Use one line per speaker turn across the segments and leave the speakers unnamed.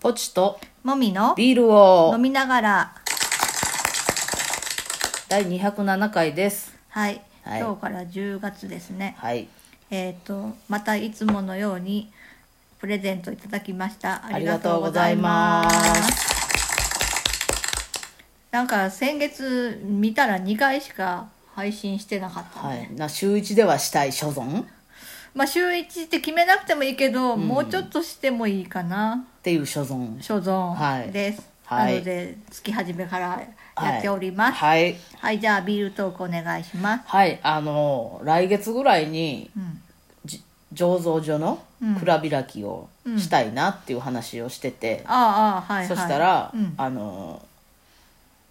ポチと
もみの
ビールを
飲みながら
第207回です
はい、
はい
今日から10月ですね
はい
えっ、とまたいつものようにプレゼントいただきましたあ
あ
り
り
が
が
と
と
う
う
ご
ご
ざ
ざ
い
い
ま
ます
なんか先月見たら2回しか配信してなかった、
はいな週一ではしたい所存っ
まあ週1って決めなくてもいいけど、もうちょっとしてもいいかな
ていう所存
所
はい
存です、
はい
なので月始めからやっておりますはい、
はい
じゃあビールトークお願いします
はいあの来月ぐらいに、
うん
じ醸造所の蔵開きをしたいなっていう話をしてて、
ああああはいはい
そしたら、
うん
あの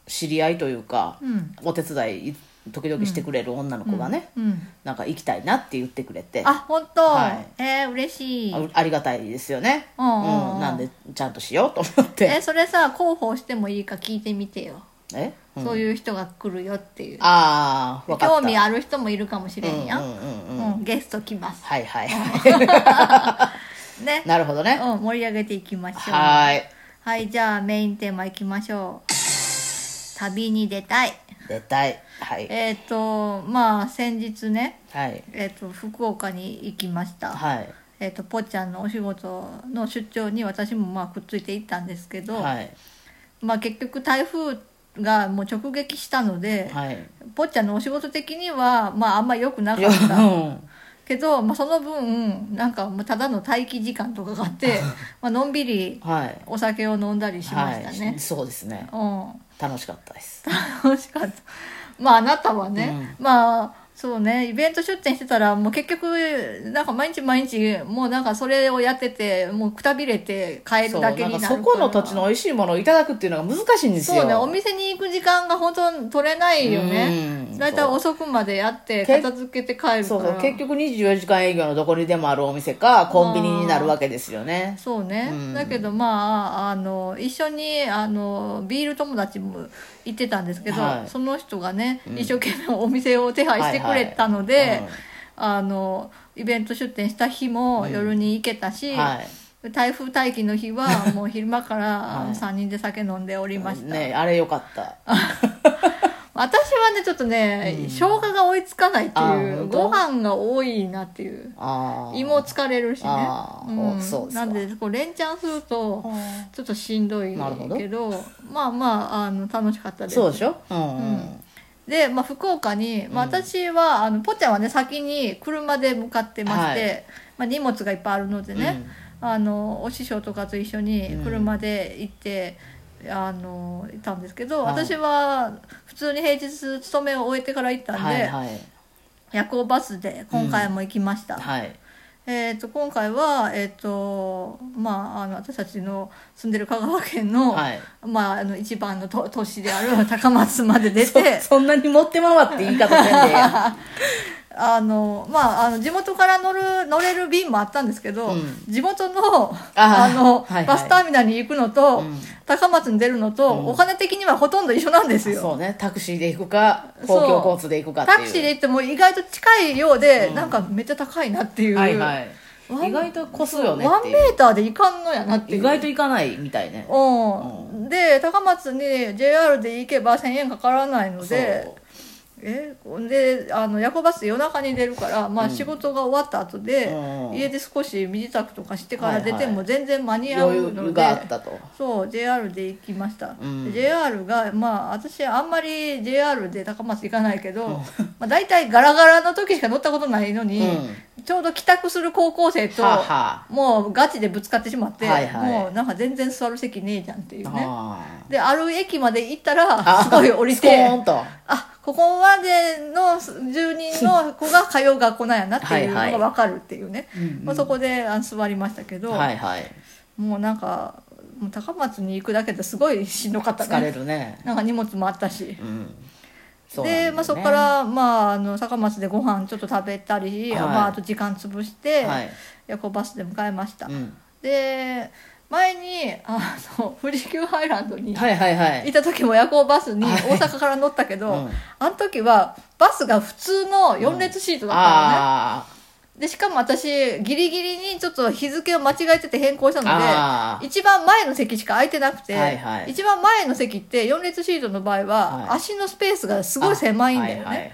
知り合いというか、
うん
お手伝い時々してくれる女の子がね、
うん、
なんか行きたいなって言ってくれて
あ本当、
はい
えー、嬉しい
あありがたいですよね、
うんうんうん
なんでちゃんとしようと思っ
え
て
それさ広報してもいいか聞いてみてよ、
え、うん
そういう人が来るよっていう
ああ分かった
興味ある人もいるかもしれんや、
うんんうんうん
うんゲスト来ます
はいはいは
ね
い なるほどね、
うん、盛り上げていきましょう
はーい
はいじゃあメインテーマいきましょう旅に出たい
出たいはい
えっ、とまあ先日ね
はい
えっ、と福岡に行きました、
はい
えっ、とぽっちゃんのお仕事の出張に私もまあくっついて行ったんですけど、
はい
まあ、結局台風がもう直撃したので、
はい
ぽっちゃんのお仕事的には、まあ、あんま良くなか
よ
ったけど、まあ、その分なんかもうただの待機時間とかがあって まあのんびり
はい
お酒を飲んだりしました
は
ね
い、、そうですね楽しかったです
うん、楽しかったまああなたはね、まあそうねイベント出店してたらもう結局なんか毎日毎日もうなんかそれをやっててもうくたびれて帰
そ
る
う
だ
な
けに
ん
な
か
る
そこの土地の美味しいものをいただくっていうのが難しいんですよ
そうねお店に行く時間が本当に取れないよね
うん
だいたい遅くまでやって
け
片付けて帰るから
そうそう結局24時間営業のどこにでもあるお店かコンビニになるわけですよね
そうね、
うん
だけどまああの一緒にあのビール友達も行ってたんですけど、
はい
その人がね、一生懸命お店を手配してくれたので、
はいはいうん
あのイベント出店した日も夜に行けたし、
はい
台風待機の 日はもう昼間か
は
ら
い
3人で酒飲んでおりました、
ねあれよかった
私はねちょっとね、生姜が追いつかないって
あ
い
ー
う
本当
ご飯が多いなっていう
あー
胃も疲れるしね
あーおそうです
な
か
んでこう連チャンするとちょっとしんどい
なるほど
けどまあまああの楽しかったです
そうでしょうん、
んで、まあ、福岡に、まあ、私は、あのぽっちゃんはね先に車で向かってまして、
は
まあ、荷物がいっぱいあるのでね、あのお師匠とかと一緒に車で行って、あのいたんですけど、
はい
私は普通に平日勤めを終えてから行ったんで、
はいはい
夜行バスで今回も行きました、
はい
えー、と今回は、えーとまあ、あの私たちの住んでる香川県の,、
はい
まあ、あの一番の都都市である高松まで出
そ
て
そんなに持って回って言い方せんでええ や
あの、まあ、あの地元から乗る乗れる便もあったんですけど、
うん
地元のあ
あー
の、
はいはい
バスターミナルに行くのと、
ん
高松に出るのと、お金的にはほとんど一緒なんです
ん
よ。
そうねタクシーで行くか
そう
公共交通で行くかっていう
タクシーで行っても意外と近いようで、なんかめっちゃ高いなっていう、
はいはい
ワン
意外とこすよね
ワ
っ
ン
て
メ
いう
ーターで行かんのやなってい
意
う
外と行かないみたいね
うん、で高松に JR で行けば1,000円かからないのでえであの夜行バス夜中に出るから、まあ、仕事が終わった後で、
うん
家で少し身支度とかしてか
は
ら
いはい
出ても全然間に合
余
う
裕
ので、
があったと
そう JR で行きました、
うん
で JR がまあ私あんまり JR で高松行かないけど、 まあ、大体ガラガラの時しか乗ったことないのに、
う
ちょうど帰宅する高校生と、
はあは
もうガチでぶつかってしまって、
はいはい
もうなんか全然座る席ねえじゃんっていうね
あ
である駅まで行った
ー
らすごい降りて
スコーンと
あここまでの住人の子が通う学校なんやなっていう
はいは
の
い
が分かるっていうね
うんうん
まあ、そこであの座りましたけど、
はいはい
もうなんかもう高松に行くだけですごいしんどかった
疲れ
ね
るね
なんか荷物もあったし。
うん
で
うなんだよね
まあ、そこから、まあ、あの高松でご飯ちょっと食べたり、
はい
まあ、あと時間潰して、
はい
夜行バスで迎えました、
うん
で前にあの富士急ハイランドに
はいはいはい
いた時も夜行バスに
は
大
い
阪から乗ったけど、
うん
あの時はバスが普通の4列シートだったのね、
あ
でしかも私ギリギリにちょっと日付を間違えてて変更した
あ
の
ー
で一番前の席しか空いてなくて、
はいはい
一番前の席って4列シートの場合は、
はい
足のスペースがすごい狭いんだよね、
はいはい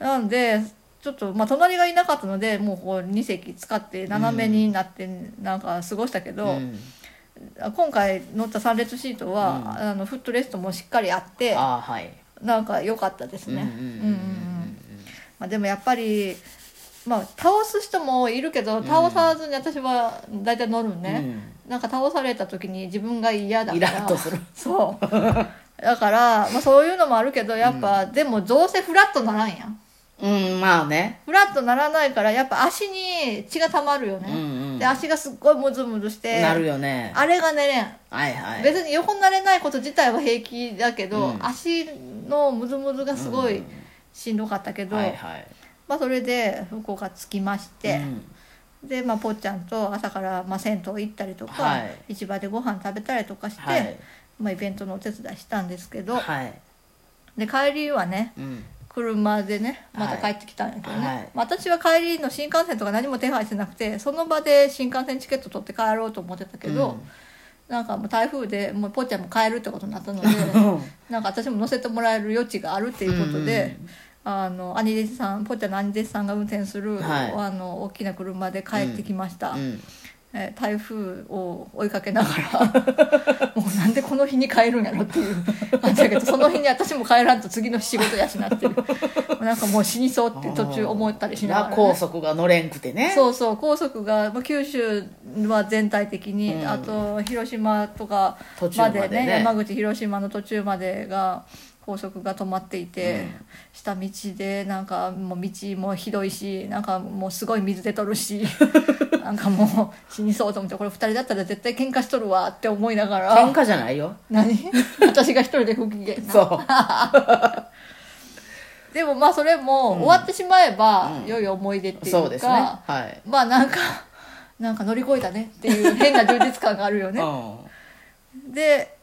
なんでちょっとまあ隣がいなかったのでもうこう2席使って斜めになってなんか過ごしたけど、
うん
今回乗った3列シートは、
うん
あのフットレストもしっかりあって
ああはい
なんか良かったですね。
うんうんうんうん
うんうんうんまあ、でもやっぱり、まあ、倒す人もいるけど倒さずに私は大体乗るね、なんか倒された時に自分が嫌
う
だか
んイ
ら
ラッとする
そうだから、まあ、そういうのもあるけどやっぱ、でもどうせフラットならんやん
うんまあね
フラッとならないからやっぱ足に血が溜まるよね、
うんうん
で足がすっごいムズムズして
なるよね
あれが寝れん、
はいはい
別に横になれないこと自体は平気だけど、
うん
足のムズムズがすごいしんどかったけど、
はいはい
まあ、それで福岡着きまして
う、ん
で、まあ、ぽっちゃんと朝からまあ銭湯行ったりとか、
はい
市場でご飯食べたりとかして、
はい
まあ、イベントのお手伝いしたんですけど、
はい
で帰りはね
うん
車でねまた
は
帰
い
ってきたんやけどね、
はい
まあ私は帰りの新幹線とか何も手配してなくてその場で新幹線チケット取って帰ろうと思ってたけど、
うん
なんかもう台風でもうぽっちゃんも帰るってことになったのでなんか私も乗せてもらえる余地があるっていうことで。あの兄弟子さんぽっちゃんの兄弟子さんが運転する、
はい
あの大きな車で帰ってきました、
うん
えー台風を追いかけながら もうなんでこの日に帰るんやろっていう感じだけどその日に私も帰らんと次の日仕事やしなっていうなんかもう死にそうって途中思ったりしながら、
な
ね、
高速が乗れんくてね
そうそう高速がまあ九州は全体的に、
うん
あと広島とか
途中
ま
ま
で
で
ね
ね
山口広島の途中までが高速が止まっていて、
うん
下道でなんかもう道もひどいしなんかもうすごい水出と るしなんかもう死にそうと思ってこれ2人だったら絶対喧嘩しとるわって思いなが
喧
ら
嘩じゃないよ
何私が一人で不機嫌な
そう
でもまあそれも終わってしまえば、良い思い出っていうか、
そうですねはい
まあなんか なんか乗り越えたねっていう変な充実感があるよ
う
ね
ん
で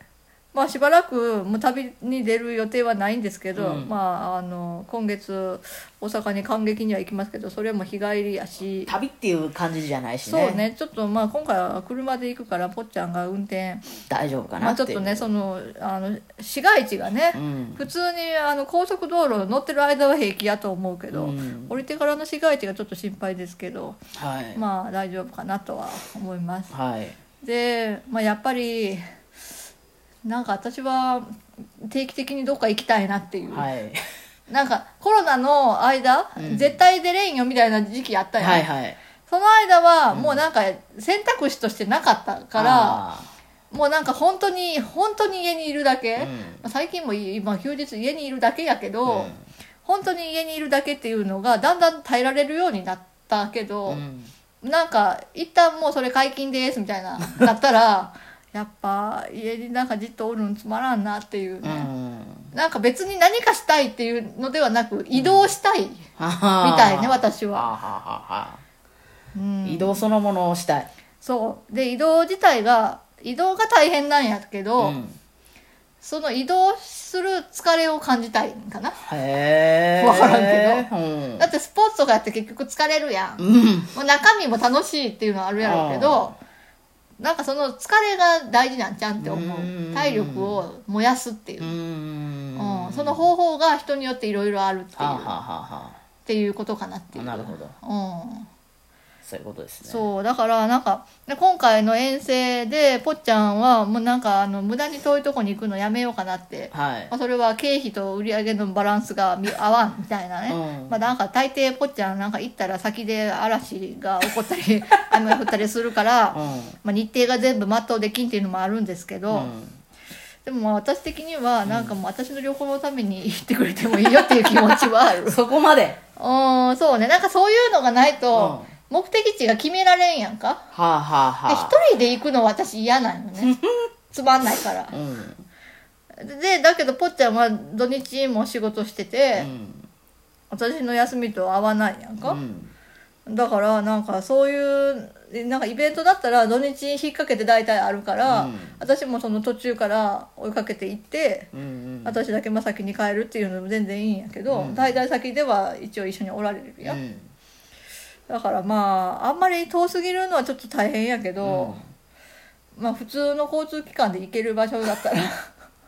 まあしばらくもう旅に出る予定はないんですけど、
うん
まああの今月大阪に感激には行きますけどそれも日帰りやし
旅っていう感じじゃないし
そう
ね
ねちょっとまあ今回は車で行くからぽっちゃんが運転
大丈夫か
ま
な
あ
っ
ち
て
ょっ
いう
とねそのあの市街地がね、
うん
普通にあの高速道路乗ってる間は平気やと思うけど、
うん
降りてからの市街地がちょっと心配ですけど
はい
まあ大丈夫かなとは思います
はい
で、まあ、やっぱりなんか私は定期的にどっか行きたいなっていう、
はい
なんかコロナの間、
うん
絶対出れんよみたいな時期あったよね、
はいはい
その間はもうなんか選択肢としてなかったから、
あ
もうなんか本当に本当に家にいるだけ、
ー
まあ最近もい今休日家にいるだけやけ
う
ど、
ん
本当に家にいるだけっていうのがだんだん耐えられるようになったけ
うん、
ど
うん
なんか一旦もうそれ解禁ですみたいななっ たらやっぱ家になんかじっとおるんつまらんなっていう
う
ね、
ん
なんか別に何かしたいっていうのではなく移動したいみ
み
たいね、私
はあ
は、
はあはあ
うん
移動そのものをしたい
そうで移動自体が移動が大変なんやけど、
うん
その移動する疲れを感じたいんかな
へえ
わから
け
ん
どうん
だってスポーツとかやって結局疲れるやん、
うん
もう中身も楽しいっていうのはあるやろうけどなんかその疲れが大事なんちゃんって思
う
うん体力を燃やすっていうう、
ん
うん、その方法が人によっていろいろあるっていう,、
はあはあは
っていうことかなってい
あ
う
なるほど
うん、
そういうことですね
そうだからなんかで今回の遠征でぽっちゃんはもうなんかあの無駄に遠いとこに行くのやめようかなって、
はい
まあ、それは経費と売り上げのバランスが見合わんみたいなね、
うん
まあ、なんか大抵ぽっちゃんなんか行ったら先で嵐が起こっ たり雨が降ったりするから、
うん
まあ、日程が全部全うできんっていうのもあるんですけど、
うん
でもまあ私的にはなんかもう私の旅行のために行ってくれてもいいよっていう気持ちはある
そこまで
うんそうねなんかそういうのがないと目的地が決められんやんか
はあはあ
で
は
一人で行くの私嫌なんよ ねつまんないから
あうん
でだけどぽっちゃんは土日も仕事して
う
て、
ん
私の休みと合わないやんか、
うん
だからなんかそういうえなんかイベントだったら土日引っ掛けて大体あるから、
うん
私もその途中から追いかけて行って、
うん
私だけ真っ先に帰るっていうのも全然いいんやけど、
うん
大体先では一応一緒におられる
う
やん、
ん
だからまああんまり遠すぎるのはちょっと大変やけど、まあ普通の交通機関で行ける場所だったら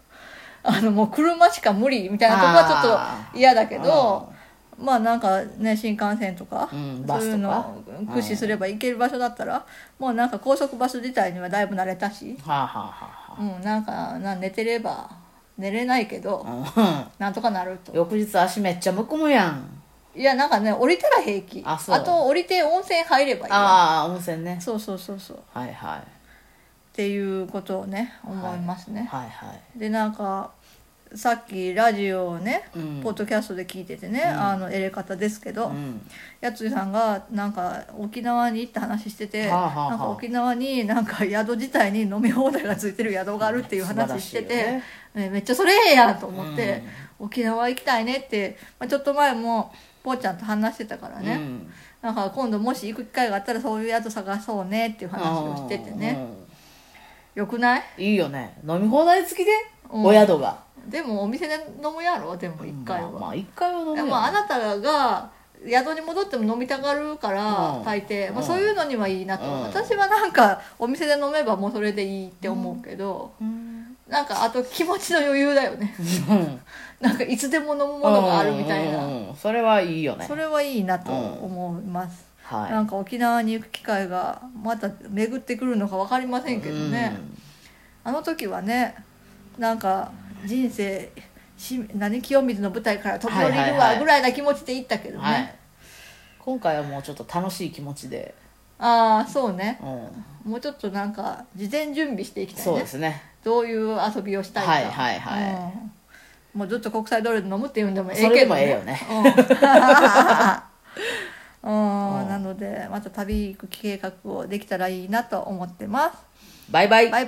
あのもう車しか無理みたいなとこはちょっと嫌だけどまあなんかね新幹線とか、
うん
そうい
バ
うの
ス
を駆使すれば行ける場所だったら、もうなんか高速バス自体にはだいぶ慣れたし、
はあは
うん、なんかな寝てれば寝れないけど、
あはあ、
なんとかなる
う
と
ん、翌日足めっちゃむくむやん
いやなんかね降りたら平気
あそう
と降りて温泉入ればいいわ
ああ温泉ね
そうそうそうそうっ
はいはい
ていうことをね思いますね、
はいはい
でなんかさっきラジオをね、
うん
ポッドキャストで聞いててね、あのエレ方ですけど、
うん
やついさんがなんか沖縄に行った話してて、
はあはあはあ
なんか沖縄になんか宿自体に飲み放題がついてる宿があるっていう話してて、
素晴らしいよ
ね
ね
めっちゃそれええやんと思って、沖縄行きたいねって、まあ、ちょっと前もぽーちゃんと話してたからね、
うん
なんか今度もし行く機会があったらそういう宿探そうねっていう話をしててね、よくない
うんいいよね飲み放題付きで、
うん
お宿が
でもお店で飲むやろでも一回は、
まあまあ一回は飲む
いや
よ
まあ、あなたが宿に戻っても飲みたがるから
うん
大抵、まあ、
うん
そういうのにはいいなと、
うん
私はなんかお店で飲めばもうそれでいいって思うけど、
うん
なんかあと気持ちの余裕だよね
うん
なんかいつでも飲むものがあるみたい
うん
な
うんうんそれはいいよね
それはいいなと思います、な
は
んか沖縄に行く機会がまた巡ってくるのか分かりません
い
けどね、あの時はねなんか人生し何清水の舞台から飛び降
はい
りる
はいは
わ
い
ぐらいな気持ちで行ったけ
う
ど
ん
ね、
はい今回はもうちょっと楽しい気持ちで、
ああそうね
うん、
もうちょっとなんか事前準備していきたい
そう
ね
ですね
どういう遊びをしたいか
はいはいは
うんもうずっと国際通りで飲むっていうんでもええ
それ
け
で
ど
もええよ
ね
ね
うんうん
うん
なのでまた旅行く計画をできたらいいなと思ってます
バイバイ
バイバイ